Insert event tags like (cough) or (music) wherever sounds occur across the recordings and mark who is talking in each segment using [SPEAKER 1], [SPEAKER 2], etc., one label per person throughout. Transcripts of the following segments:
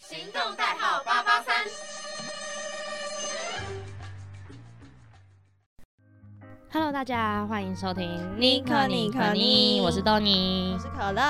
[SPEAKER 1] 行动代号八八三。
[SPEAKER 2] Hello，大家欢迎收听
[SPEAKER 3] 尼可尼可尼
[SPEAKER 2] 我是豆尼
[SPEAKER 3] 我。是
[SPEAKER 2] (laughs)
[SPEAKER 3] 可乐，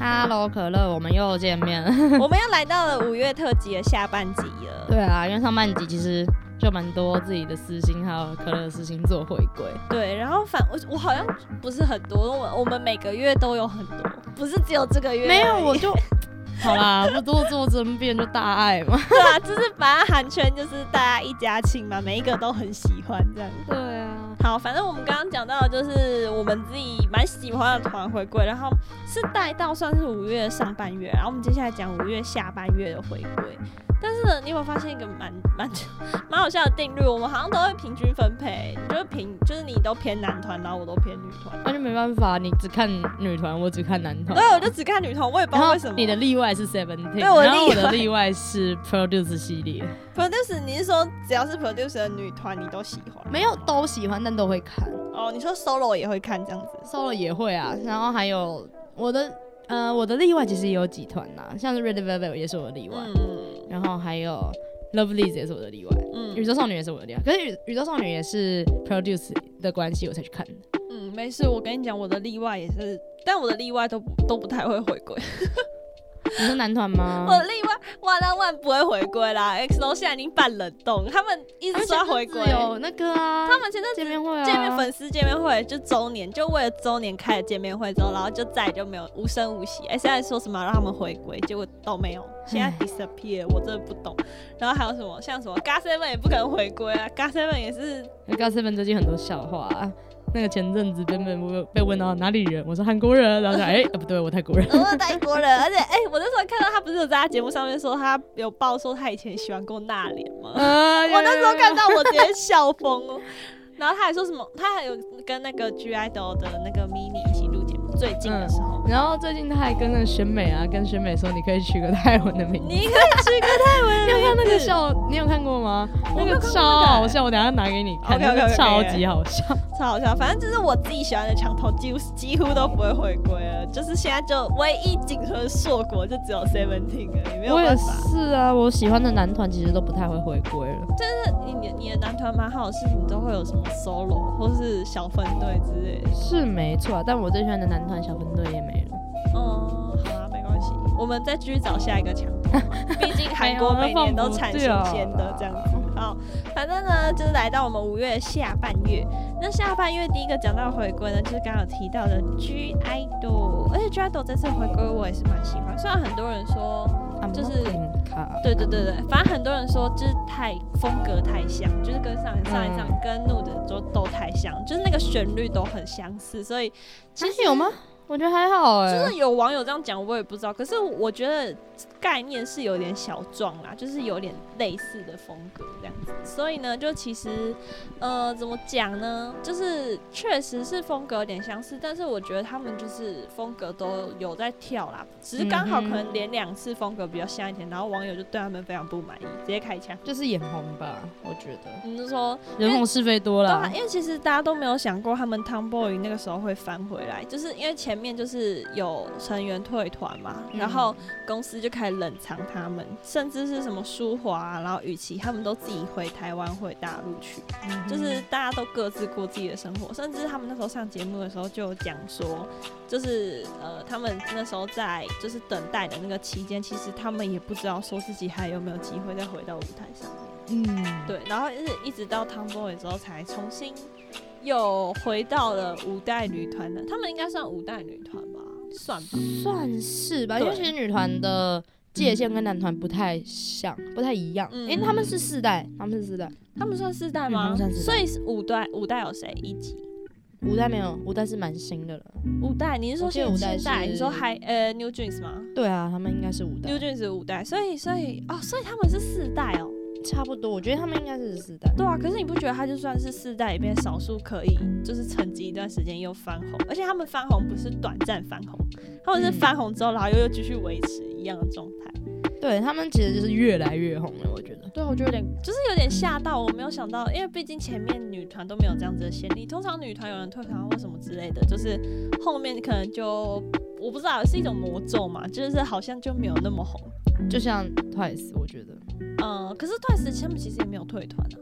[SPEAKER 2] Hello，可乐，我们又见面。 (laughs)
[SPEAKER 3] 我们又来到了五月特辑的下半集了。
[SPEAKER 2] 对啊，因为上半集其实就蛮多自己的私心，还有可乐的私心做回归。
[SPEAKER 3] 对，然后反我我好像不是很多，我我们每个月都有很多，不是只有这个月而已。
[SPEAKER 2] 没有，我就 (laughs) 好啦，不多做争辩就大爱嘛。
[SPEAKER 3] (laughs) 对啊，就是把它含圈，就是大家一家亲嘛，每一个都很喜欢这样。
[SPEAKER 2] (laughs) 对啊，
[SPEAKER 3] 好，反正我们刚刚讲到的就是我们自己蛮喜欢的团回归，然后是带到算是五月上半月，然后我们接下来讲五月下半月的回归。但是呢，你有没有发现一个蛮蛮蛮好笑的定律？我们好像都会平均分配，你就是平，就是你都偏男团，然后我都偏女团。
[SPEAKER 2] 那就没办法，你只看女团，我只看男团
[SPEAKER 3] 对。，我就只看女团，我也不知
[SPEAKER 2] 然
[SPEAKER 3] 道
[SPEAKER 2] 后
[SPEAKER 3] 为什么。
[SPEAKER 2] 你的例外是 Seventeen，
[SPEAKER 3] 对我的
[SPEAKER 2] 然后我的
[SPEAKER 3] 例
[SPEAKER 2] 例外是 Produce 系列，
[SPEAKER 3] producer，你是说只要是 producer 的女团，你都喜欢？
[SPEAKER 2] 没有都喜欢，但都会看。
[SPEAKER 3] 哦，你说 solo 也会看这样子？
[SPEAKER 2] solo 也会啊，然后还有我的呃我的例外其实也有几团呐、像是 Red Velvet 也是我的例外，
[SPEAKER 3] 嗯
[SPEAKER 2] 然后还有 Lovely 也是我的例外，宇
[SPEAKER 3] 嗯
[SPEAKER 2] 宙少女也是我的例外，可是宇宇宙少女也是 Produce 的关系我才去看的，
[SPEAKER 3] 嗯，没事，我跟你讲，我的例外也是，但我的例外都不都不太会回归。
[SPEAKER 2] 你是男团吗？
[SPEAKER 3] (laughs) 我的例外 One on One 不会回归啦，XO 现在已经半冷冻，他们一直说要回归。
[SPEAKER 2] 有那个啊，
[SPEAKER 3] 他们前阵
[SPEAKER 2] 见
[SPEAKER 3] 子
[SPEAKER 2] 面会啊，
[SPEAKER 3] 见面粉丝见面会就周年，就为了周年开了见面会之后，然后就再也就没有无声无息。哎、现在说什么要让他们回归，结果都没有，现在 disappear，我真的不懂。然后还有什么像什么 GA Seven 也不可能回归啊，GA Seven 也是
[SPEAKER 2] 那个啊 Seven 最近很多笑话、啊。那个前阵子根本不被问到哪里人，我说韩国人，然后说哎、呃不对，我泰国人。
[SPEAKER 3] 我是泰国人，而且哎、我那时候看到他不是有在他节目上面说他有爆说他以前喜欢过娜莲吗？
[SPEAKER 2] 啊
[SPEAKER 3] (laughs) 我那时候看到我直接笑疯了。然后他还说什么？他还有跟那个 G Idol 的那个 mini 一起录节目，最近的时候。
[SPEAKER 2] 然后最近他还跟那个选美啊，跟选美说你可以取个泰文的名字。
[SPEAKER 3] 你可以去跟泰文
[SPEAKER 2] 嗯你有看那
[SPEAKER 3] 的名
[SPEAKER 2] 个
[SPEAKER 3] 字
[SPEAKER 2] 笑，你有看过吗？
[SPEAKER 3] 我
[SPEAKER 2] 那
[SPEAKER 3] 没有
[SPEAKER 2] 个
[SPEAKER 3] 看过
[SPEAKER 2] 超好笑，我等一下拿给你看，那
[SPEAKER 3] OK，OK，OK，
[SPEAKER 2] 个超
[SPEAKER 3] OK
[SPEAKER 2] 级好笑。
[SPEAKER 3] 超好笑。反正就是我自己喜欢的墙头几乎几乎都不会回归了，就是现在就唯一仅存的硕果就只有 Seventeen 了，也没有
[SPEAKER 2] 我也
[SPEAKER 3] 办法。
[SPEAKER 2] 是啊，我喜欢的男团其实都不太会回归了。
[SPEAKER 3] 你你你的男团蛮好的是，你都会有什么 solo 或是小分队之类的。
[SPEAKER 2] 是没错啊，但我最喜欢的男团小分队也没了。
[SPEAKER 3] 嗯，好啦，没关系，我们再继续找下一个强头 (laughs) 嘛。毕竟韩国每年都产新鲜的这样子。好，反正呢，就是来到我们五月下半月。那下半月第一个讲到回归呢，就是刚刚有提到的 G Idol，而且 G Idol 这次回归我也是蛮喜欢，虽然很多人说，就是
[SPEAKER 2] 卡，
[SPEAKER 3] 对对对对，反正很多人说就是太风格太像，就是跟上上一上
[SPEAKER 2] 嗯
[SPEAKER 3] 跟怒的都都太像，就是那个旋律都很相似，所以
[SPEAKER 2] 其实有吗？我觉得还好哎、
[SPEAKER 3] 就是有网友这样讲，我也不知道。可是我觉得概念是有点小撞啦，就是有点类似的风格这样子。所以呢，就其实，呃，怎么讲呢？就是确实是风格有点相似，但是我觉得他们就是风格都有在跳啦，只是刚好
[SPEAKER 2] 嗯哼
[SPEAKER 3] 可能连两次风格比较像一点，然后网友就对他们非常不满意，直接开枪。
[SPEAKER 2] 就是眼红吧，我觉得
[SPEAKER 3] 你就说，
[SPEAKER 2] 人红是非多
[SPEAKER 3] 对
[SPEAKER 2] 啦
[SPEAKER 3] 啊，。因为其实大家都没有想过他们 Tomboy 那个时候会翻回来，就是因为前面就是有成员退团嘛，
[SPEAKER 2] 嗯
[SPEAKER 3] 然后公司就开始冷藏他们，甚至是什么舒华、啊，然后雨琦他们都自己回台湾、回大陆去，
[SPEAKER 2] 嗯
[SPEAKER 3] 就是大家都各自过自己的生活，甚至他们那时候上节目的时候就有讲说，就是呃，他们那时候在就是等待的那个期间，其实他们也不知道说自己还有没有机会再回到舞台上面。
[SPEAKER 2] 嗯，对，
[SPEAKER 3] 对，然后是一直到汤 boy 之后才重新又回到了五代女团的，他们应该算五代女团吧，算吧。
[SPEAKER 2] 算是吧，因
[SPEAKER 3] 对
[SPEAKER 2] 为其实女团的界限跟男团不太像，不太一样，
[SPEAKER 3] 嗯
[SPEAKER 2] 因为他们是四代，他们是四代，
[SPEAKER 3] 他们算四代
[SPEAKER 2] 嗯他
[SPEAKER 3] 吗？
[SPEAKER 2] 们算四
[SPEAKER 3] 所
[SPEAKER 2] 代
[SPEAKER 3] 以是五代五代有谁一级？
[SPEAKER 2] 五代没有，五代是蛮新的了。
[SPEAKER 3] 五代，你是说
[SPEAKER 2] 我记得
[SPEAKER 3] 现
[SPEAKER 2] 五代
[SPEAKER 3] 现代？你
[SPEAKER 2] 是
[SPEAKER 3] 说还呃 New Jeans 吗
[SPEAKER 2] 对啊，他们应该是五代
[SPEAKER 3] ？New，Jeans 是五代，所以所以哦，所以他们是四代哦。
[SPEAKER 2] 差不多，我觉得他们应该是四代。
[SPEAKER 3] 对啊，可是你不觉得他就算是四代里面少数可以就是沉寂一段时间又翻红，而且他们翻红不是短暂翻红，他们是
[SPEAKER 2] 嗯
[SPEAKER 3] 翻红之后然后又又继续维持一样的状态。
[SPEAKER 2] 对他们其实就是越来越红啊了，我觉得。
[SPEAKER 3] 对，我就有点，就是有点吓到，我没有想到，因为毕竟前面女团都没有这样子的先例，通常女团有人退团或什么之类的，就是后面可能就我不知道是一种魔咒嘛，就是好像就没有那么红。
[SPEAKER 2] 就像 Twice，我觉得
[SPEAKER 3] 嗯，可是 Twice 他们其实也没有退团啊。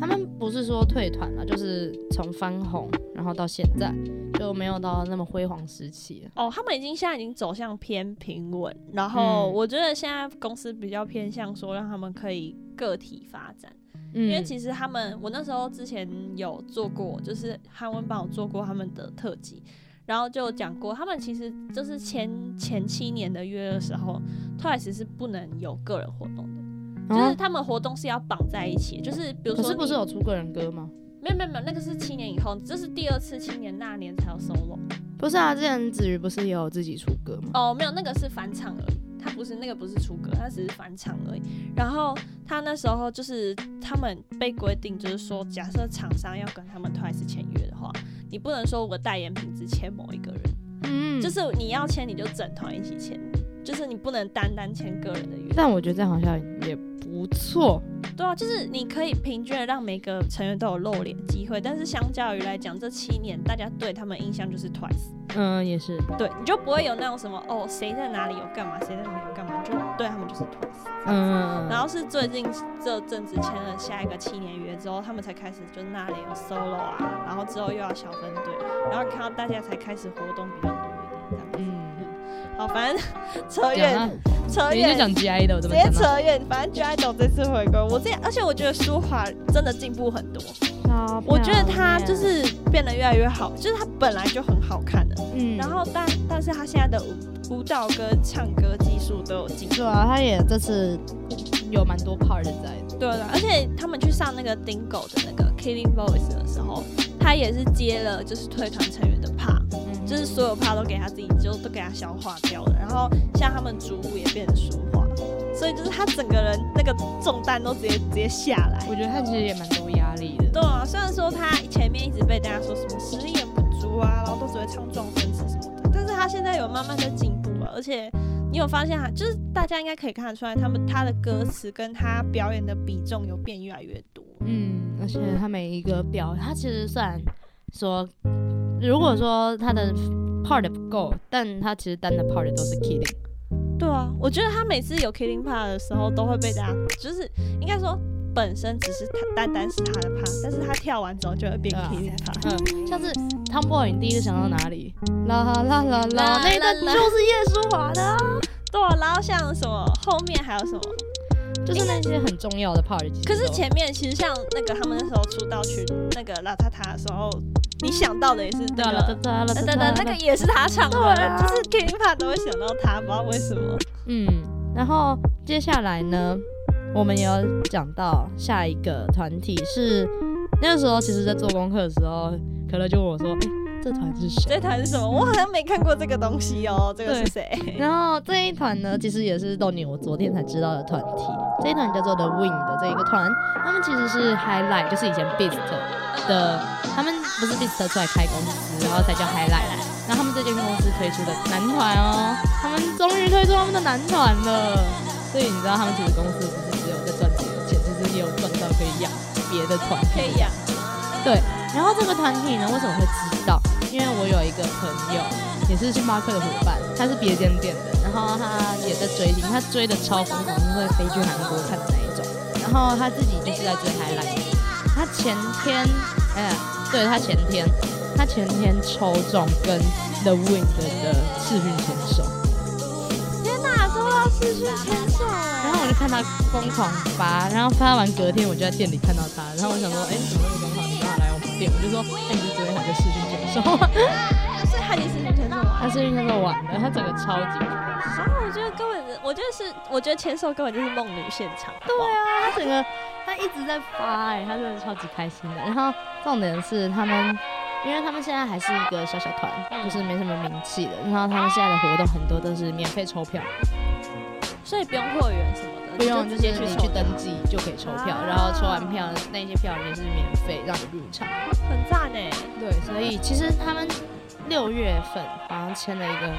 [SPEAKER 2] 他们不是说退团了，就是从翻红然后到现在就没有到那么辉煌时期了。
[SPEAKER 3] 哦，他们已经现在已经走向偏平稳，然后
[SPEAKER 2] 嗯
[SPEAKER 3] 我觉得现在公司比较偏向说让他们可以个体发展，
[SPEAKER 2] 嗯
[SPEAKER 3] 因为其实他们我那时候之前有做过，就是韩文帮我做过他们的特辑。然后就讲过，他们其实就是前前七年的约的时候，Twice 是不能有个人活动的，就是
[SPEAKER 2] 哦
[SPEAKER 3] 他们活动是要绑在一起，就是比如
[SPEAKER 2] 可
[SPEAKER 3] 说
[SPEAKER 2] 是不
[SPEAKER 3] 你
[SPEAKER 2] 是有出个人歌吗？
[SPEAKER 3] 没有没有没有，那个是七年以后，这是第二次七年那年才有 solo。
[SPEAKER 2] 不是啊，之前子瑜不是也有自己出歌吗？
[SPEAKER 3] 哦，没有，那个是翻唱而已，他不是那个不是出歌，他只是翻唱而已。然后他那时候就是他们被规定，就是说，假设厂商要跟他们 Twice 签约的话，你不能说我代言品只签某一个人，
[SPEAKER 2] 嗯，
[SPEAKER 3] 就是你要签你就整团一起签，就是你不能单单签个人的约。
[SPEAKER 2] 但我觉得这样好像也不错。
[SPEAKER 3] 对啊，就是你可以平均的让每个成员都有露脸机会，但是相较于来讲，这七年大家对他们印象就是 Twice。
[SPEAKER 2] 嗯，也是。
[SPEAKER 3] 对，你就不会有那种什么哦，谁在哪里有干嘛，谁在哪里有干嘛，就对他们就是 Twice。嗯，
[SPEAKER 2] 嗯，
[SPEAKER 3] 然后是最近这阵子签了下一个七年约之后，他们才开始就是那里有 solo 啊，然后之后又要小分队，然后看到大家才开始活动比较多一点这样
[SPEAKER 2] 嗯，
[SPEAKER 3] 子。好，反正 (laughs) 扯
[SPEAKER 2] 讲
[SPEAKER 3] 远
[SPEAKER 2] 到
[SPEAKER 3] 扯
[SPEAKER 2] 你就
[SPEAKER 3] 远，
[SPEAKER 2] 讲啊 G I 的，我
[SPEAKER 3] 直
[SPEAKER 2] 怎么
[SPEAKER 3] 接
[SPEAKER 2] 想到？
[SPEAKER 3] 扯远，反正 G I 总这次回归，我这而且我觉得舒华真的进步很多，
[SPEAKER 2] 超
[SPEAKER 3] 我觉得她
[SPEAKER 2] 漂亮
[SPEAKER 3] 就是变得越来越好，就是她本来就很好看的。
[SPEAKER 2] 嗯，
[SPEAKER 3] 然后但但是他现在的舞舞蹈跟唱歌技术都有进步，
[SPEAKER 2] 对啊，他也这次有蛮多 part 在的。
[SPEAKER 3] 对了，而且他们去上那个 Dingo 的那个 Killing Voice 的时候，他也是接了就是退团成员的 part，
[SPEAKER 2] 嗯
[SPEAKER 3] 就是所有 part 都给他自己就都给他消化掉了，然后像他们主舞也变得舒化，所以就是他整个人那个重担都直接直接下来。
[SPEAKER 2] 我觉得他其实也蛮多压力的。嗯
[SPEAKER 3] 对啊，虽然说他前面一直被大家说什么实力也不足啊，然后都只会唱撞声词什么的，但是他现在有慢慢在进步啊了，而且你有发现啊，就是大家应该可以看得出来，他们他的歌词跟他表演的比重有变越来越多。
[SPEAKER 2] 嗯，而且他每一个表，他其实虽然说，如果说他的 part 不够，但他其实单的 part 都是 kidding。
[SPEAKER 3] 对啊，我觉得他每次有 Killing Part 的时候，都会被大家就是应该说本身只是他单单是他的 part，但是他跳完之后就会变
[SPEAKER 2] 对啊
[SPEAKER 3] Killing Part。
[SPEAKER 2] 嗯，像是 Tomboy，你第一个想到哪里？啦啦啦啦啦，
[SPEAKER 3] 啦
[SPEAKER 2] 那一段
[SPEAKER 3] 啦
[SPEAKER 2] 就是叶舒华的啊，
[SPEAKER 3] 对啊，然后像什么后面还有什么
[SPEAKER 2] 就是那些很重要的 part 其实都。
[SPEAKER 3] 可是前面其实像那个他们那时候出道曲那个邋遢遢的时候，你想到的也是
[SPEAKER 2] 对
[SPEAKER 3] 那
[SPEAKER 2] 啊啦
[SPEAKER 3] 个，呃
[SPEAKER 2] 啦啦啦
[SPEAKER 3] 等
[SPEAKER 2] 啦
[SPEAKER 3] 等
[SPEAKER 2] 啦
[SPEAKER 3] 等，那个也是他唱的，
[SPEAKER 2] 对啊
[SPEAKER 3] 就是 k i n g p a 都会想到他，不知道为什么。
[SPEAKER 2] 嗯，然后接下来呢，我们也有讲到下一个团体是那个时候，其实在做功课的时候，可乐就问我说：“哎、这团是谁
[SPEAKER 3] 这团是什么？我好像没看过这个东西哦，这个是
[SPEAKER 2] 对
[SPEAKER 3] 谁？？”
[SPEAKER 2] 然后这一团呢，其实也是豆你我昨天才知道的团体，这一团叫做 The Wing 的这一个团，他们其实是 Highlight，就是以前 Beast 的，他们不是 Beast 出来开公司，然后才叫 Highlight。然后他们这间公司推出的男团哦，他们终于推出他们的男团了。所以你知道他们其实公司不是只有在赚自己的钱，其实也有赚到可以养别的团体
[SPEAKER 3] 可以啊呀、
[SPEAKER 2] 对，然后这个团体呢，为什么会知道？因为我有一个朋友，也是星巴克的伙伴，他是别间店的，然后他也在追星，他追的超疯狂，就是会飞去韩国看的那一种。然后他自己就是在追海 i 他前天，哎、对他前天，他前天抽中跟 The Wind 的视讯牵手，
[SPEAKER 3] 天哪，都要失去牵手
[SPEAKER 2] 然
[SPEAKER 3] 了。
[SPEAKER 2] 后我就看他疯狂发，然后发完隔天我就在店里看到他，然后我想说，哎、你怎么那么疯狂？你干嘛来我们店？我就说，哎、你是昨天还在视讯牵手 (laughs) 吗？
[SPEAKER 3] 所以他已经失去牵手了。
[SPEAKER 2] 他是因为那个晚的，他整个超级开心。
[SPEAKER 3] 然后我觉得根本，我觉得是，我觉得牵手根本就是梦女现场。好不好
[SPEAKER 2] 对啊，他整个他一直在发哎、他真的超级开心的。然后重点是他们，因为他们现在还是一个小小团，
[SPEAKER 3] 嗯
[SPEAKER 2] 就是没什么名气的。然后他们现在的活动很多都是免费抽票，
[SPEAKER 3] 所以不用会员什么的，
[SPEAKER 2] 不用
[SPEAKER 3] 你
[SPEAKER 2] 就
[SPEAKER 3] 就是直接去
[SPEAKER 2] 你
[SPEAKER 3] 抽
[SPEAKER 2] 去
[SPEAKER 3] 就
[SPEAKER 2] 登
[SPEAKER 3] 好
[SPEAKER 2] 记就可以抽票，然后抽完票那些票也是免费让你入场。
[SPEAKER 3] 很赞哎。
[SPEAKER 2] 对，所以其实他们六月份好像签了一个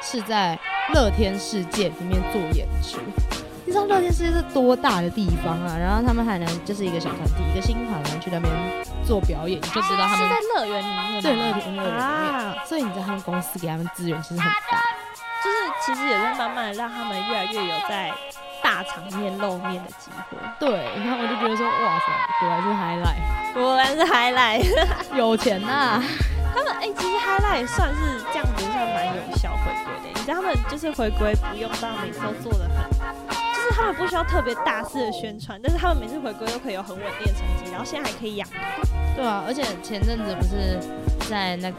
[SPEAKER 2] 是在乐天世界里面做演出，你知道乐天世界是多大的地方啊？然后他们海南就是一个小团体，一个新团，然后去那边做表演，你就知道他
[SPEAKER 4] 啊是
[SPEAKER 2] 们
[SPEAKER 4] 在乐园里面，
[SPEAKER 2] 对乐，天乐园里面。
[SPEAKER 3] 啊，
[SPEAKER 2] 所以你知道他们公司给他们资源其实很大，
[SPEAKER 3] 就是其实也在慢慢让他们越来越有在大场面露面的机会。
[SPEAKER 2] 对。然后我就觉得说，哇塞，果然是 highlight，
[SPEAKER 3] 果然是 highlight， (laughs)
[SPEAKER 2] 有钱呐、
[SPEAKER 3] 他们哎、其实 highlight 算是这样子算蛮有效回归的。你知道他们就是回归不用到每次都做的很，就是他们不需要特别大肆的宣传，但是他们每次回归都可以有很稳定的成绩，然后现在还可以养。
[SPEAKER 2] 对啊，而且前阵子不是在那个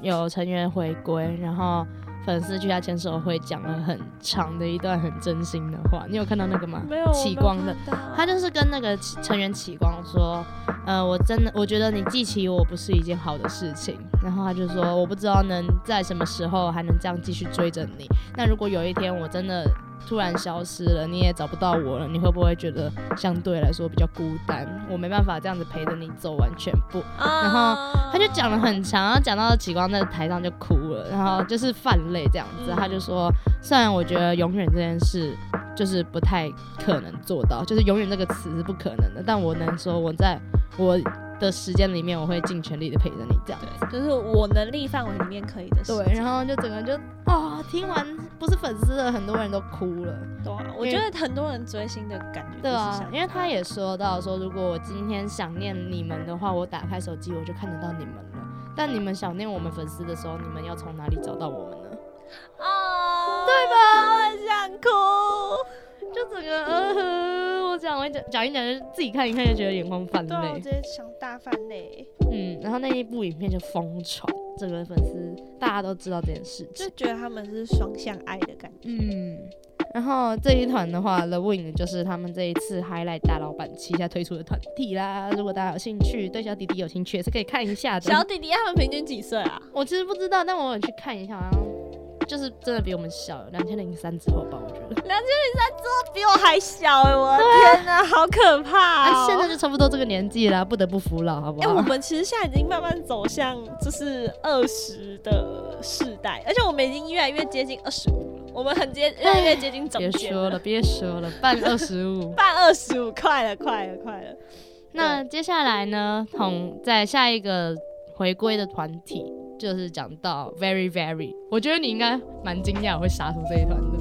[SPEAKER 2] 有成员回归，然后粉丝去他签售会讲了很长的一段很真心的话，你有看到那个吗？
[SPEAKER 3] 没有
[SPEAKER 2] 启光的，他就是跟那个成员启光说，呃，我真的我觉得你记起我不是一件好的事情。然后他就说，我不知道能在什么时候还能这样继续追着你。那如果有一天我真的突然消失了，你也找不到我了，你会不会觉得相对来说比较孤单？我没办法这样子陪着你走完全部。
[SPEAKER 3] 啊
[SPEAKER 2] 然后他就讲了很长，然后讲到启光在台上就哭了，然后就是泛泪这样子。他就说，虽然我觉得永远这件事就是不太可能做到，就是永远这个词是不可能的，但我能说我在我的时间里面，我会尽全力的陪着你这样。
[SPEAKER 3] 对，就是我能力范围里面可以的事情。
[SPEAKER 2] 对，然后就整个就哦，听完不是粉丝的很多人都哭了。
[SPEAKER 3] 对啊我觉得很多人追星的感觉
[SPEAKER 2] 对
[SPEAKER 3] 就是
[SPEAKER 2] 啊，
[SPEAKER 3] 想
[SPEAKER 2] 因为他也说到说，如果我今天想念你们的话，我打开手机我就看得到你们了。但你们想念我们粉丝的时候，你们要从哪里找到我们呢？
[SPEAKER 3] 哦，对吧？很想哭。
[SPEAKER 2] 就整个呃呵，我讲我讲讲一讲，就自己看一看就觉得眼眶泛
[SPEAKER 3] 对啊，我
[SPEAKER 2] 泪
[SPEAKER 3] 直。接想大翻泪，
[SPEAKER 2] 嗯，然后那一部影片就疯传，整个粉丝大家都知道这件事情
[SPEAKER 3] 就。觉得他们是双向爱的感觉。
[SPEAKER 2] 嗯，然后这一团的话，The Win 就是他们这一次 Highlight 大老板旗下推出的团体啦。如果大家有兴趣，对小弟弟有兴趣也是可以看一下的。
[SPEAKER 3] 弟弟他们平均几岁啊？
[SPEAKER 2] 我其实不知道，但我有去看一下，好像就是真的比我们小，两千零三之后吧，我觉得。
[SPEAKER 3] 梁静茹在做比我还小哎、我的天哪、好可怕、
[SPEAKER 2] 啊，
[SPEAKER 3] 哦！
[SPEAKER 2] 现在就差不多这个年纪啦，不得不服老，好不
[SPEAKER 3] 哎、
[SPEAKER 2] 好？
[SPEAKER 3] 我们其实现在已经慢慢走向就是二十的世代，而且我们已经越来越接近二十五了，我们很接越来越接近中
[SPEAKER 2] 别
[SPEAKER 3] 间
[SPEAKER 2] 说了，别说了，办二十五。
[SPEAKER 3] 办二十五，快了，快了，快了！
[SPEAKER 2] (laughs) 那接下来呢，统在下一个回归的团体就是讲到 Very Very，我觉得你应该蛮惊讶我会杀出这一团的，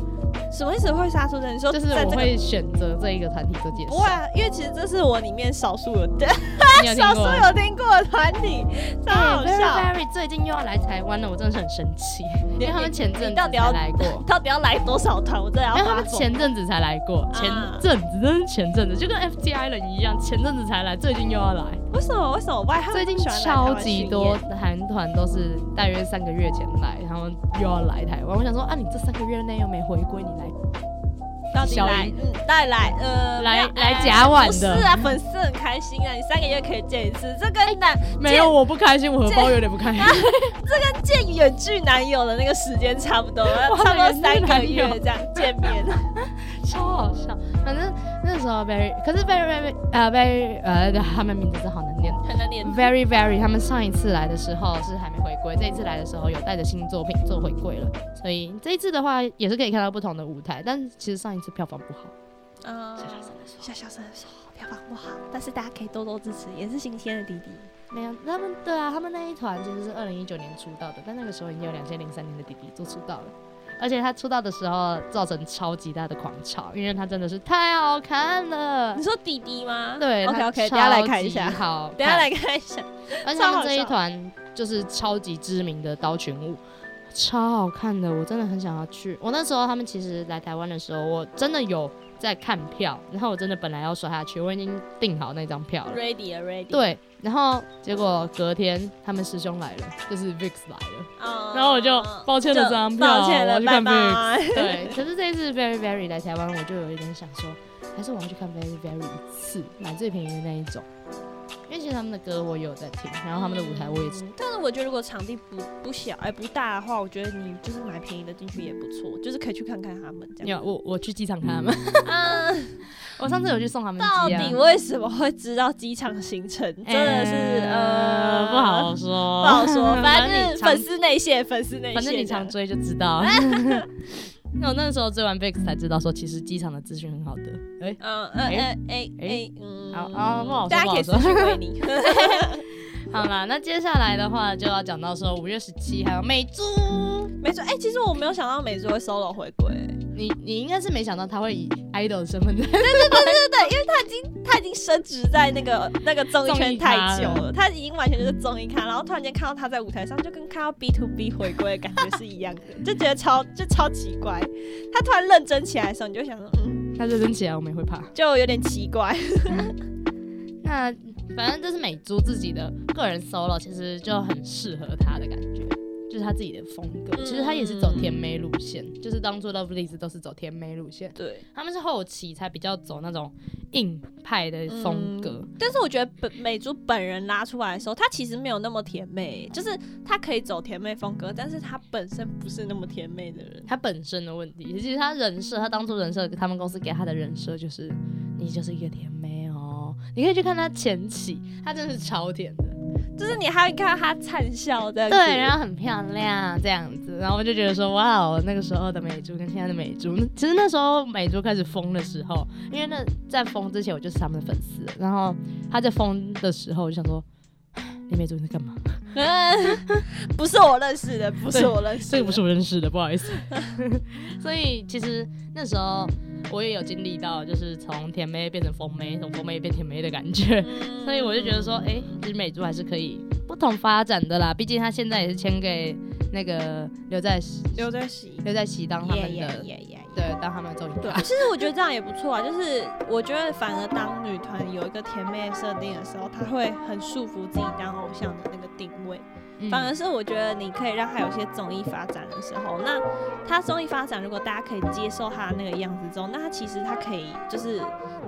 [SPEAKER 3] 什么意思会杀出人？你说
[SPEAKER 2] 就是
[SPEAKER 3] 在
[SPEAKER 2] 我
[SPEAKER 3] 这个
[SPEAKER 2] 会选择这一个团体做介
[SPEAKER 3] 不会
[SPEAKER 2] 绍。
[SPEAKER 3] 啊，因为其实这是我里面少数有
[SPEAKER 2] 你有听
[SPEAKER 3] 少数
[SPEAKER 2] 过？嗯
[SPEAKER 3] 有听过的团体，超好
[SPEAKER 2] 对 Very
[SPEAKER 3] 笑。
[SPEAKER 2] Very 最近又要来台湾了，我真的是很生气，因为他们前阵子
[SPEAKER 3] 你到
[SPEAKER 2] 才
[SPEAKER 3] 底要
[SPEAKER 2] 来过。
[SPEAKER 3] 到底要来多少团？我真的要
[SPEAKER 2] 因为他
[SPEAKER 3] 发
[SPEAKER 2] 们
[SPEAKER 3] 疯。
[SPEAKER 2] 前阵子才来过，前阵子真是前阵子，就跟 FTI 人一样，前阵子才来，最近又要来。
[SPEAKER 3] 为什么？为什么？我
[SPEAKER 2] 最近超级多韩团都是大约三个月前来，然后又要来台湾。我想说啊，你这三个月内又没回归，你来
[SPEAKER 3] 到底
[SPEAKER 2] 小
[SPEAKER 3] 来
[SPEAKER 2] 姨，
[SPEAKER 3] 嗯，到底来，呃，
[SPEAKER 2] 来
[SPEAKER 3] 没有哎
[SPEAKER 2] 来夹碗的
[SPEAKER 3] 不是啊，粉丝很开心啊，你三个月可以见一次，这跟男
[SPEAKER 2] 没有我不开心，我荷包有点不开心。
[SPEAKER 3] 见远距男友的那个时间差
[SPEAKER 2] (laughs)
[SPEAKER 3] 不多，差不多三个月这样见面。
[SPEAKER 2] (laughs) 超好笑。反正那时候 very，可是 very very 呃 very 呃，他们名字真好难念。
[SPEAKER 3] 可能连
[SPEAKER 2] Very very，他们上一次来的时候是还没回归，这一次来的时候有带着新作品做回归了，所以这一次的话也是可以看到不同的舞台，但其实上一次票房不好。
[SPEAKER 3] 啊，
[SPEAKER 2] 哦
[SPEAKER 3] 小小声说，票房不好，但是大家可以多多支持，也是新鲜的弟弟。
[SPEAKER 2] 没有，他们对啊，他们那一团其实是二零一九年出道的，但那个时候已经有两千零三年的弟弟做出道了，而且他出道的时候造成超级大的狂潮，因为他真的是太好看了
[SPEAKER 3] 你。说弟弟吗？
[SPEAKER 2] 对
[SPEAKER 3] ，OK OK，
[SPEAKER 2] 他
[SPEAKER 3] 等下来看一
[SPEAKER 2] 超
[SPEAKER 3] 下
[SPEAKER 2] 级，好，
[SPEAKER 3] 等下来。看一下。
[SPEAKER 2] 而且他们这一团就是超级知名的刀群舞，超好看的，我真的很想要去。我那时候他们其实来台湾的时候，我真的有在看票，然后我真的本来要刷下去，我已经订好那张票了。
[SPEAKER 3] Ready 啊，Ready。，
[SPEAKER 2] 对，然后结果隔天他们师兄来了，就是 VIX 来
[SPEAKER 3] (laughs)
[SPEAKER 2] 了。
[SPEAKER 3] 嗯
[SPEAKER 2] 然后我就抱歉了这张票
[SPEAKER 3] 抱歉
[SPEAKER 2] 我
[SPEAKER 3] 了，
[SPEAKER 2] 去
[SPEAKER 3] 拜
[SPEAKER 2] 看
[SPEAKER 3] 拜。 (laughs)
[SPEAKER 2] 对，可是这一次 Very Very 来台湾，我就有一点想说，还是我要去看 Very Very 一次，买最便宜的那一种。因为其实他们的歌我也有在听，然后他们的舞台我也知
[SPEAKER 3] 嗯但是我觉得如果场地不不小哎、不大的话，我觉得你就是买便宜的进去也不错，就是可以去看看他们这样。
[SPEAKER 2] 有我我去机场看他们，
[SPEAKER 3] 啊，
[SPEAKER 2] (laughs) 我上次有去送他们
[SPEAKER 3] 到
[SPEAKER 2] 机啊。
[SPEAKER 3] 底为什么会知道机场行程？真的是呃
[SPEAKER 2] 哎不好说， (laughs)
[SPEAKER 3] 不好说，反
[SPEAKER 2] 你
[SPEAKER 3] 正就是
[SPEAKER 2] 常
[SPEAKER 3] 粉丝内线，粉丝内线的。 (laughs)
[SPEAKER 2] 反正你常追就知道。 (laughs) 那我那时候追完 Vex 才知道说，其实机场的资讯很好得。哎、
[SPEAKER 3] 嗯呃哎哎哎，嗯，
[SPEAKER 2] 好啊不好说
[SPEAKER 3] 大家可
[SPEAKER 2] 不
[SPEAKER 3] 以私
[SPEAKER 2] 好说
[SPEAKER 3] 信维尼。
[SPEAKER 2] 好啦，那接下来的话就要讲到说五月十七还有美珠，
[SPEAKER 3] (laughs) 没错，哎，其实我没有想到美珠会 solo 回归，
[SPEAKER 2] 你你应该是没想到他会以 idol 的身份在
[SPEAKER 3] 他已经升职在那个那个综艺
[SPEAKER 2] 嗯综艺
[SPEAKER 3] 圈
[SPEAKER 2] 咖
[SPEAKER 3] 太
[SPEAKER 2] 了
[SPEAKER 3] 久了，他已经完全就是综艺咖，然后突然间看到他在舞台上，就跟看到 B to B 回归的感觉是一样
[SPEAKER 2] (laughs)
[SPEAKER 3] 的，就觉得超就超奇怪。他突然认真起来的时候，你就想说，嗯，
[SPEAKER 2] (laughs) 他认真起来，我们也会怕。
[SPEAKER 3] 就有点奇怪。
[SPEAKER 2] (laughs) 那反正这是美珠自己的个人 solo，其实就很适合她的感觉，就是她自己的风格。
[SPEAKER 3] 嗯
[SPEAKER 2] 其实她也是走甜美路线，就是当初 Lovelies 都是走甜美路线，
[SPEAKER 3] 对，
[SPEAKER 2] 他们是后期才比较走那种硬派的风格。
[SPEAKER 3] 但是我觉得本美珠本人拉出来的时候，她其实没有那么甜妹，就是她可以走甜妹风格，但是她本身不是那么甜妹的人。
[SPEAKER 2] 她本身的问题，其实她人设，她当初人设，他们公司给她的人设就是你就是一个甜妹哦。你可以去看她前期，她真的是超甜的。
[SPEAKER 3] 就是你还会看到她灿笑这样子。
[SPEAKER 2] 对，然后很漂亮这样子，然后我就觉得说，哇哦，那个时候的美珠跟现在的美珠，其实那时候美珠开始疯的时候，因为那在疯之前我就是他们的粉丝，然后她在疯的时候，我就想说， (sighs) 你美珠你在干嘛？
[SPEAKER 3] 不是我认识的，不是
[SPEAKER 2] 对
[SPEAKER 3] 我认识的，
[SPEAKER 2] 这个不是我认识的，不好意
[SPEAKER 3] (laughs)
[SPEAKER 2] 思。所以其实那时候我也有经历到，就是从甜妹变成疯妹，从疯妹变甜妹的感觉。
[SPEAKER 3] 嗯，
[SPEAKER 2] 所以我就觉得说，哎、其实美珠还是可以不同发展的啦，毕竟她现在也是签给那个刘在石
[SPEAKER 3] 刘在熙，
[SPEAKER 2] 刘在熙当他们的
[SPEAKER 3] 耶耶。
[SPEAKER 2] 对，啊当他们的综艺
[SPEAKER 3] 对
[SPEAKER 2] 咖，
[SPEAKER 3] 欸其实我觉得这样也不错啊，就是我觉得反而当女团有一个甜妹的设定的时候，她会很束缚自己当偶像的那个定位。
[SPEAKER 2] 嗯
[SPEAKER 3] 反而是我觉得你可以让她有些综艺发展的时候，那她综艺发展如果大家可以接受她的那个样子之后，那她其实她可以就是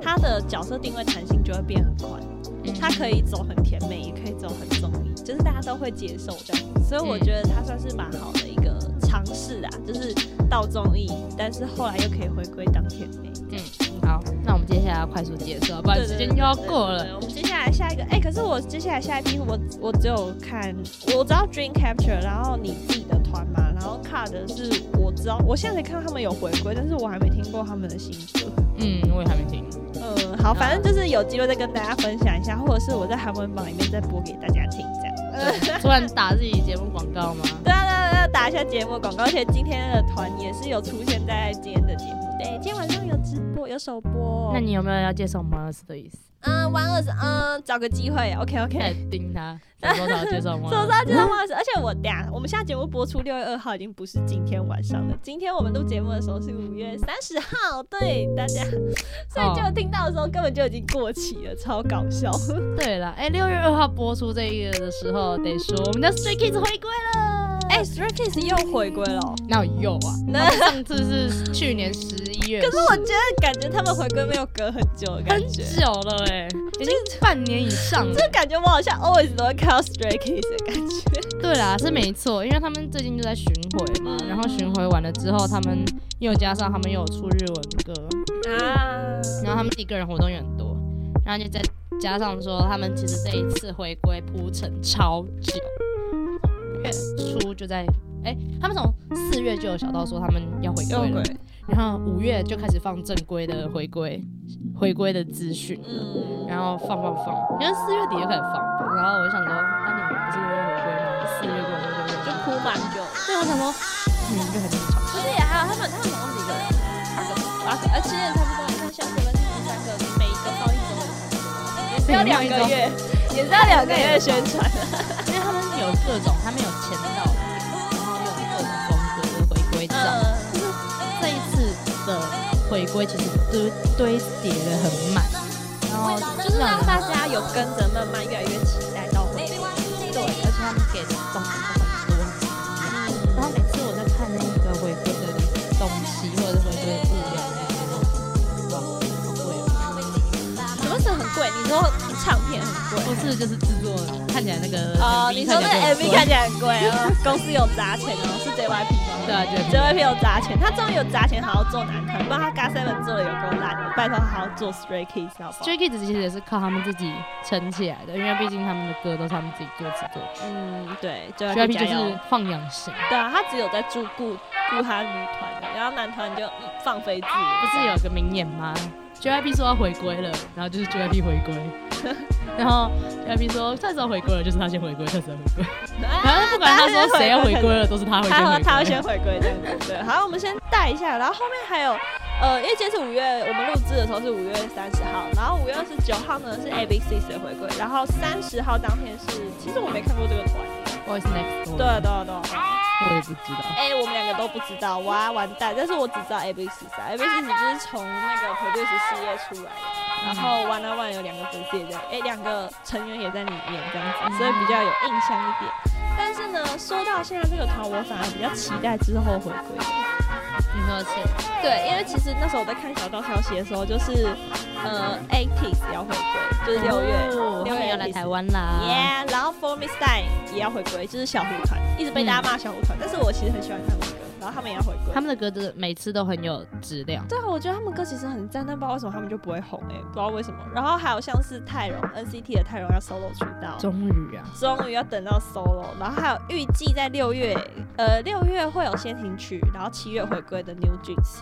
[SPEAKER 3] 她的角色定位弹性就会变很宽。
[SPEAKER 2] 嗯
[SPEAKER 3] 她可以走很甜美，也可以走很综艺，就是大家都会接受这样子。所以我觉得她算是蛮好的一个尝试啊，就是到综艺，但是后来又可以回归当甜美。
[SPEAKER 2] 嗯好，那我们接下来要快速介绍，不然时间又要过
[SPEAKER 3] 对对对对对
[SPEAKER 2] 了。
[SPEAKER 3] 我们接下来下一个，哎、可是我接下来下一批，我我只有看，我知道 Dream Capture，然后你自己的团嘛，然后 Card 是我知道，我现在才看到他们有回归，但是我还没听过他们的新歌。
[SPEAKER 2] 嗯，我也还没
[SPEAKER 3] (laughs)
[SPEAKER 2] 听。
[SPEAKER 3] 嗯，好，反正就是有机会再跟大家分享一下，或者是我在韩文榜里面再播给大家听，这样。
[SPEAKER 2] 突然打自己节目广告吗？
[SPEAKER 3] 对啊，对啊，对啊，打一下节目广告。而且今天的团也是有出现在今天的节目，对，今天晚上有直播，有首播。
[SPEAKER 2] 那你有没有要介绍 Mars 的意思？
[SPEAKER 3] 嗯，玩二十，嗯，找个机会，OK
[SPEAKER 2] 来
[SPEAKER 3] (laughs) OK。
[SPEAKER 2] 盯他，什么时候介绍
[SPEAKER 3] 什么
[SPEAKER 2] Mars？
[SPEAKER 3] 时候就玩二十？而且我等下，我们下节目播出六月二号已经不是今天晚上了，今天我们录节目的时候是五月三十号，对大家，所以就听到的时候根本就已经过期了，超搞笑。
[SPEAKER 2] 对了，哎，六月二号播出这一个的时候，得说我们的 Stray Kids 回归了。
[SPEAKER 3] (laughs) 哎、s t r a y Kids 又回归了哦、
[SPEAKER 2] 哪有又啊？
[SPEAKER 3] 那
[SPEAKER 2] 上次是去年十一月，
[SPEAKER 3] (laughs) 可是我觉得感觉他们回归没有隔很久欸的感
[SPEAKER 2] 很
[SPEAKER 3] 觉。
[SPEAKER 2] 久了哎，已经半年以上了。
[SPEAKER 3] 就感觉我好像 always 都会看到 Stray Kids 的感觉。
[SPEAKER 2] 对啦，是没错，因为他们最近就在巡回
[SPEAKER 3] 嗯
[SPEAKER 2] 嘛，然后巡回完了之后，他们又加上他们又有出日文歌，
[SPEAKER 3] 啊，
[SPEAKER 2] 然后他们自己个人活动也很多，然后就再加上说他们其实这一次回归铺陈超久，月初就在哎、他们从四月就有小道说他们要回归了，然后五月就开始放正规的回归回归的资讯了。
[SPEAKER 3] 嗯，
[SPEAKER 2] 然后放放放，因为四月底就开始放吧，然后我就想说，那、你们不是六月回归吗？四月跟我说六月
[SPEAKER 3] 就哭蛮久。
[SPEAKER 2] 对，我想说，嗯，就很正常。
[SPEAKER 3] 而且也还好，他们他们总共几个人？八个，八个，而且也差不多。你看小学跟初三个，每一个到一周也是要两个月，也是要两个月的宣传。
[SPEAKER 2] 因为他们有各种，他们有签到，然后又有各种风格的回归照。
[SPEAKER 3] 嗯，
[SPEAKER 2] 这一次的回归其实堆堆叠的很满，然后
[SPEAKER 3] 哦就是让大家有跟着慢慢越来越期待到回归。
[SPEAKER 2] 对，而且他们给的东西都很多很不一样。然后每次我在看那个回归的东西或者是回归的资料，我就觉得哇，好贵哦。
[SPEAKER 3] 什么是很贵？你说唱片很
[SPEAKER 2] 不
[SPEAKER 3] 贵
[SPEAKER 2] 是就是制作看起来那个
[SPEAKER 3] 哦。
[SPEAKER 2] MV
[SPEAKER 3] 你说那个
[SPEAKER 2] 看起
[SPEAKER 3] MV
[SPEAKER 2] 来
[SPEAKER 3] 看起来很贵哦，公司有砸钱哦，是 JYP 吗？
[SPEAKER 2] 对啊对啊
[SPEAKER 3] JYP 有砸钱，他终于有砸钱好好做男团，不然他 GOT7 做的有够烂的，拜托好好做 Stray Kids 好不好？
[SPEAKER 2] Stray Kids 其实也是靠他们自己撑起来的，因为毕竟他们的歌都是他们自己作词作曲。
[SPEAKER 3] 嗯，对
[SPEAKER 2] JYP
[SPEAKER 3] ，JYP
[SPEAKER 2] 就
[SPEAKER 3] 加油
[SPEAKER 2] 是放养型，
[SPEAKER 3] 对啊，他只有在住顾顾他女团的，然后男团就、嗯放飞自
[SPEAKER 2] 不
[SPEAKER 3] 我。
[SPEAKER 2] 是有个名言吗？JYP 说要回归了，然后就是 JYP 回归，
[SPEAKER 3] (laughs)
[SPEAKER 2] 然后 JYP 说快手回归了，就是他先回归，快手回
[SPEAKER 3] (laughs)
[SPEAKER 2] 归。反正不管他说谁要回归了，都是他会先
[SPEAKER 3] 他
[SPEAKER 2] 回
[SPEAKER 3] 和
[SPEAKER 2] 归。
[SPEAKER 3] 他会先回归这样子。对，好，我们先带一下，然后后面还有，呃，因为今天是五月，我们录制的时候是五月三十号，然后五月二十九号呢是 A B C 的回归，然后三十号当天是，其实我没看过这个团。
[SPEAKER 2] Voice Next Door，
[SPEAKER 3] 对啊对啊对啊对啊，
[SPEAKER 2] 我也不知道。
[SPEAKER 3] 哎、我们两个都不知道，哇，完蛋！但是我只知道 A B C 三，A B C 就是从那个 Produce 系列出来的。然后 One on One 有两个粉丝也在，哎，两个成员也在里面这样子，所以比较有印象一点。但是呢，说到现在这个团，我反而比较期待之后回归的。
[SPEAKER 2] 你说谁？
[SPEAKER 3] 对，因为其实那时候我在看小道消息的时候，就是呃 a t i s 要回归，就是六月，
[SPEAKER 2] 哦
[SPEAKER 3] 六月
[SPEAKER 2] 要来台湾啦。
[SPEAKER 3] 耶，然后 For Miss Dai 也要回归，就是小胡团，一直被大家骂小胡团，但是我其实很喜欢他们的歌，然后他们也要回归
[SPEAKER 2] 他。们的歌真的每次都很有质量。
[SPEAKER 3] 对啊，我觉得他们歌其实很赞，但不知道为什么他们就不会红哎、不知道为什么。然后还有像是泰荣 NCT 的泰荣要 solo 出道，
[SPEAKER 2] 终于啊，
[SPEAKER 3] 终于要等到 solo，然后还有预计在六月，呃，六月会有先行曲，然后七月回归的 New Jeans，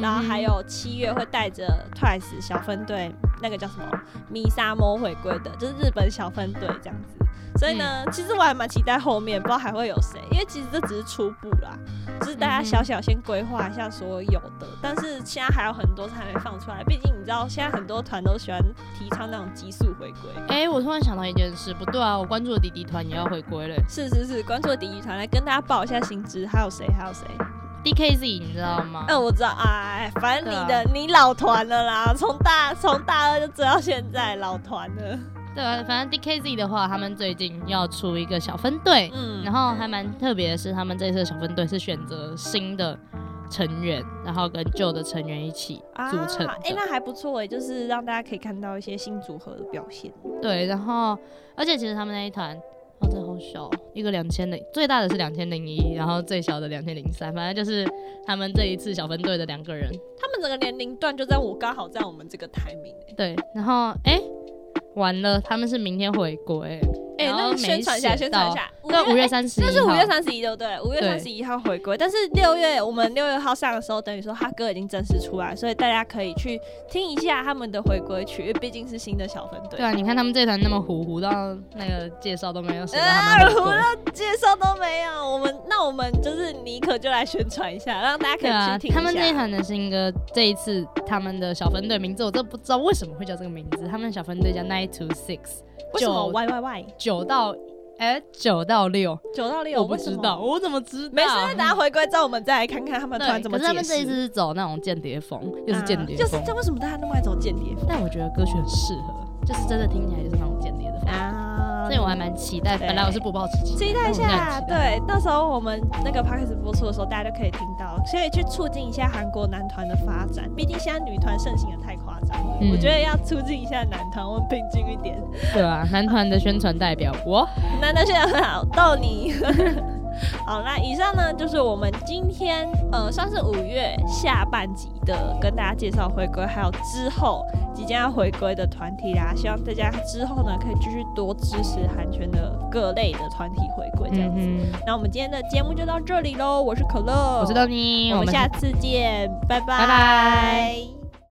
[SPEAKER 3] 然嗯后
[SPEAKER 2] 嗯
[SPEAKER 3] 还有七月会带着 Twice 小分队那个叫什么米沙猫回归的，就是日本小分队这样子。所以呢，其实我还蛮期待后面，不知道还会有谁，因为其实这只是初步啦，就是大家小小先规划一下所有的，但是现在还有很多是还没放出来，毕竟你知道现在很多团都喜欢提倡那种激素回归，
[SPEAKER 2] 哎、我突然想到一件事，不对啊，我关注的弟弟团也要回归了
[SPEAKER 3] 是是是，关注的第一团来跟大家报一下薪资，还有谁？还有谁？
[SPEAKER 2] ，DKZ 你知道吗？
[SPEAKER 3] 嗯，我知道，哎，反正你
[SPEAKER 2] 对
[SPEAKER 3] 的、
[SPEAKER 2] 啊
[SPEAKER 3] 你老团了啦，从大从大二就追到现在，老团了。
[SPEAKER 2] 对啊，反正 DKZ 的话，他们最近要出一个小分队，
[SPEAKER 3] 嗯，
[SPEAKER 2] 然后还蛮特别的是，他们这次的小分队是选择新的成员，然后跟旧的成员一起组成的。
[SPEAKER 3] 啊，哎、那还不错哎，就是让大家可以看到一些新组合的表现。
[SPEAKER 2] 对，然后而且其实他们那一团，哦，这好小哦，一个两千零，最大的是两千零一，然后最小的两千零三，反正就是他们这一次小分队的两个人。
[SPEAKER 3] 他们整个年龄段就在我刚好在我们这个台名哎。
[SPEAKER 2] 对，然后哎、完了，他们是明天回归，
[SPEAKER 3] 哎、
[SPEAKER 2] 然
[SPEAKER 3] 那
[SPEAKER 2] 后
[SPEAKER 3] 你宣
[SPEAKER 2] 没
[SPEAKER 3] 传一下，
[SPEAKER 2] 写
[SPEAKER 3] 宣传一
[SPEAKER 2] 到
[SPEAKER 3] 下。
[SPEAKER 2] 对，五月三十一，
[SPEAKER 3] 那是五月，三十一，对不对？五月
[SPEAKER 2] 对
[SPEAKER 3] 三十一号回归，但是六月我们六月号上的时候，等于说他歌已经正式出来，所以大家可以去听一下他们的回归曲，因为毕竟是新的小分队
[SPEAKER 2] 对。啊，你看他们这团那么糊糊到那个介绍都没有写到他
[SPEAKER 3] 啊，
[SPEAKER 2] 们回
[SPEAKER 3] 我
[SPEAKER 2] 归。
[SPEAKER 3] 的介绍都没有，我们那我们就是尼可就来宣传一下，让大家可
[SPEAKER 2] 对
[SPEAKER 3] 以
[SPEAKER 2] 啊
[SPEAKER 3] 去听一下。，
[SPEAKER 2] 他们这一团的新歌，这一次他们的小分队名字我都不知道为什么会叫这个名字，他们小分队叫 Nine to Six，
[SPEAKER 3] 为什
[SPEAKER 2] 九
[SPEAKER 3] 么 Y Y Y
[SPEAKER 2] 九到哎九到六，
[SPEAKER 3] 九到六？
[SPEAKER 2] 我不
[SPEAKER 3] 为什
[SPEAKER 2] 知
[SPEAKER 3] 么
[SPEAKER 2] 道，，我怎么知道？
[SPEAKER 3] 没事，大家回归之后，我们再来看看他们
[SPEAKER 2] 对
[SPEAKER 3] 突然怎么
[SPEAKER 2] 可
[SPEAKER 3] 解
[SPEAKER 2] 是他
[SPEAKER 3] 释。嗯
[SPEAKER 2] 们这一次是走那种间谍风，又是间谍
[SPEAKER 3] 啊就
[SPEAKER 2] 风，
[SPEAKER 3] 是这为什么大家那么爱走间谍风
[SPEAKER 2] 但我觉得歌曲很适合，就是真的听起来就是那种间谍的风格。
[SPEAKER 3] 啊
[SPEAKER 2] 所以我还蛮期待，
[SPEAKER 3] 对
[SPEAKER 2] 本来我是不抱期待，
[SPEAKER 3] 期待一
[SPEAKER 2] 但我现在
[SPEAKER 3] 下，
[SPEAKER 2] 很期待。
[SPEAKER 3] 对，到时候我们那个 p o d c a s t 播出的时候，大家就可以听到，所以去促进一下韩国男团的发展。毕竟现在女团盛行的太夸张了，
[SPEAKER 2] 嗯
[SPEAKER 3] 我觉得要促进一下男团，我们平均一点。
[SPEAKER 2] 对啊，男团的宣传代表我，
[SPEAKER 3] 男的现在很好逗你。 (laughs) 好，那以上呢就是我们今天呃算是五月下半集的跟大家介绍回归，还有之后即将要回归的团体啦。希望大家之后呢可以继续多支持韩圈的各类的团体回归这样子。
[SPEAKER 2] 嗯
[SPEAKER 3] 那我们今天的节目就到这里喽，我是可乐，
[SPEAKER 2] 哼，我知道，你，
[SPEAKER 3] 我们
[SPEAKER 2] 们
[SPEAKER 3] 下次见，拜拜
[SPEAKER 2] 拜拜